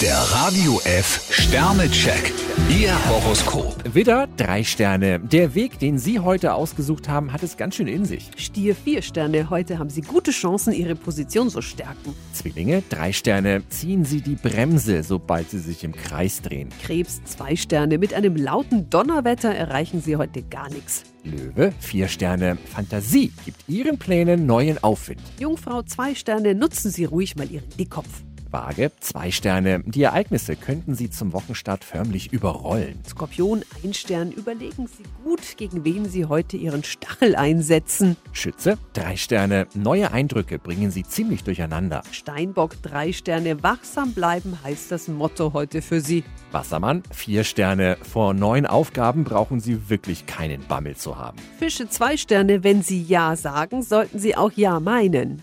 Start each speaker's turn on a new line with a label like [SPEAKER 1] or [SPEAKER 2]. [SPEAKER 1] Der Radio F Sternecheck. Ihr Horoskop.
[SPEAKER 2] Widder, drei Sterne. Der Weg, den Sie heute ausgesucht haben, hat es ganz schön in sich.
[SPEAKER 3] Stier vier Sterne, heute haben Sie gute Chancen, Ihre Position zu stärken.
[SPEAKER 2] Zwillinge, drei Sterne. Ziehen Sie die Bremse, sobald Sie sich im Kreis drehen.
[SPEAKER 3] Krebs zwei Sterne, mit einem lauten Donnerwetter erreichen Sie heute gar nichts.
[SPEAKER 2] Löwe, vier Sterne. Fantasie gibt Ihren Plänen neuen Aufwind.
[SPEAKER 3] Jungfrau zwei Sterne, nutzen Sie ruhig mal Ihren Dickkopf.
[SPEAKER 2] Waage, zwei Sterne. Die Ereignisse könnten Sie zum Wochenstart förmlich überrollen.
[SPEAKER 3] Skorpion ein Stern, überlegen Sie gut, gegen wen Sie heute Ihren Stachel einsetzen.
[SPEAKER 2] Schütze, drei Sterne. Neue Eindrücke bringen Sie ziemlich durcheinander.
[SPEAKER 3] Steinbock drei Sterne, wachsam bleiben heißt das Motto heute für Sie.
[SPEAKER 2] Wassermann, vier Sterne. Vor neuen Aufgaben brauchen Sie wirklich keinen Bammel zu haben.
[SPEAKER 3] Fische zwei Sterne, wenn Sie Ja sagen, sollten Sie auch Ja meinen.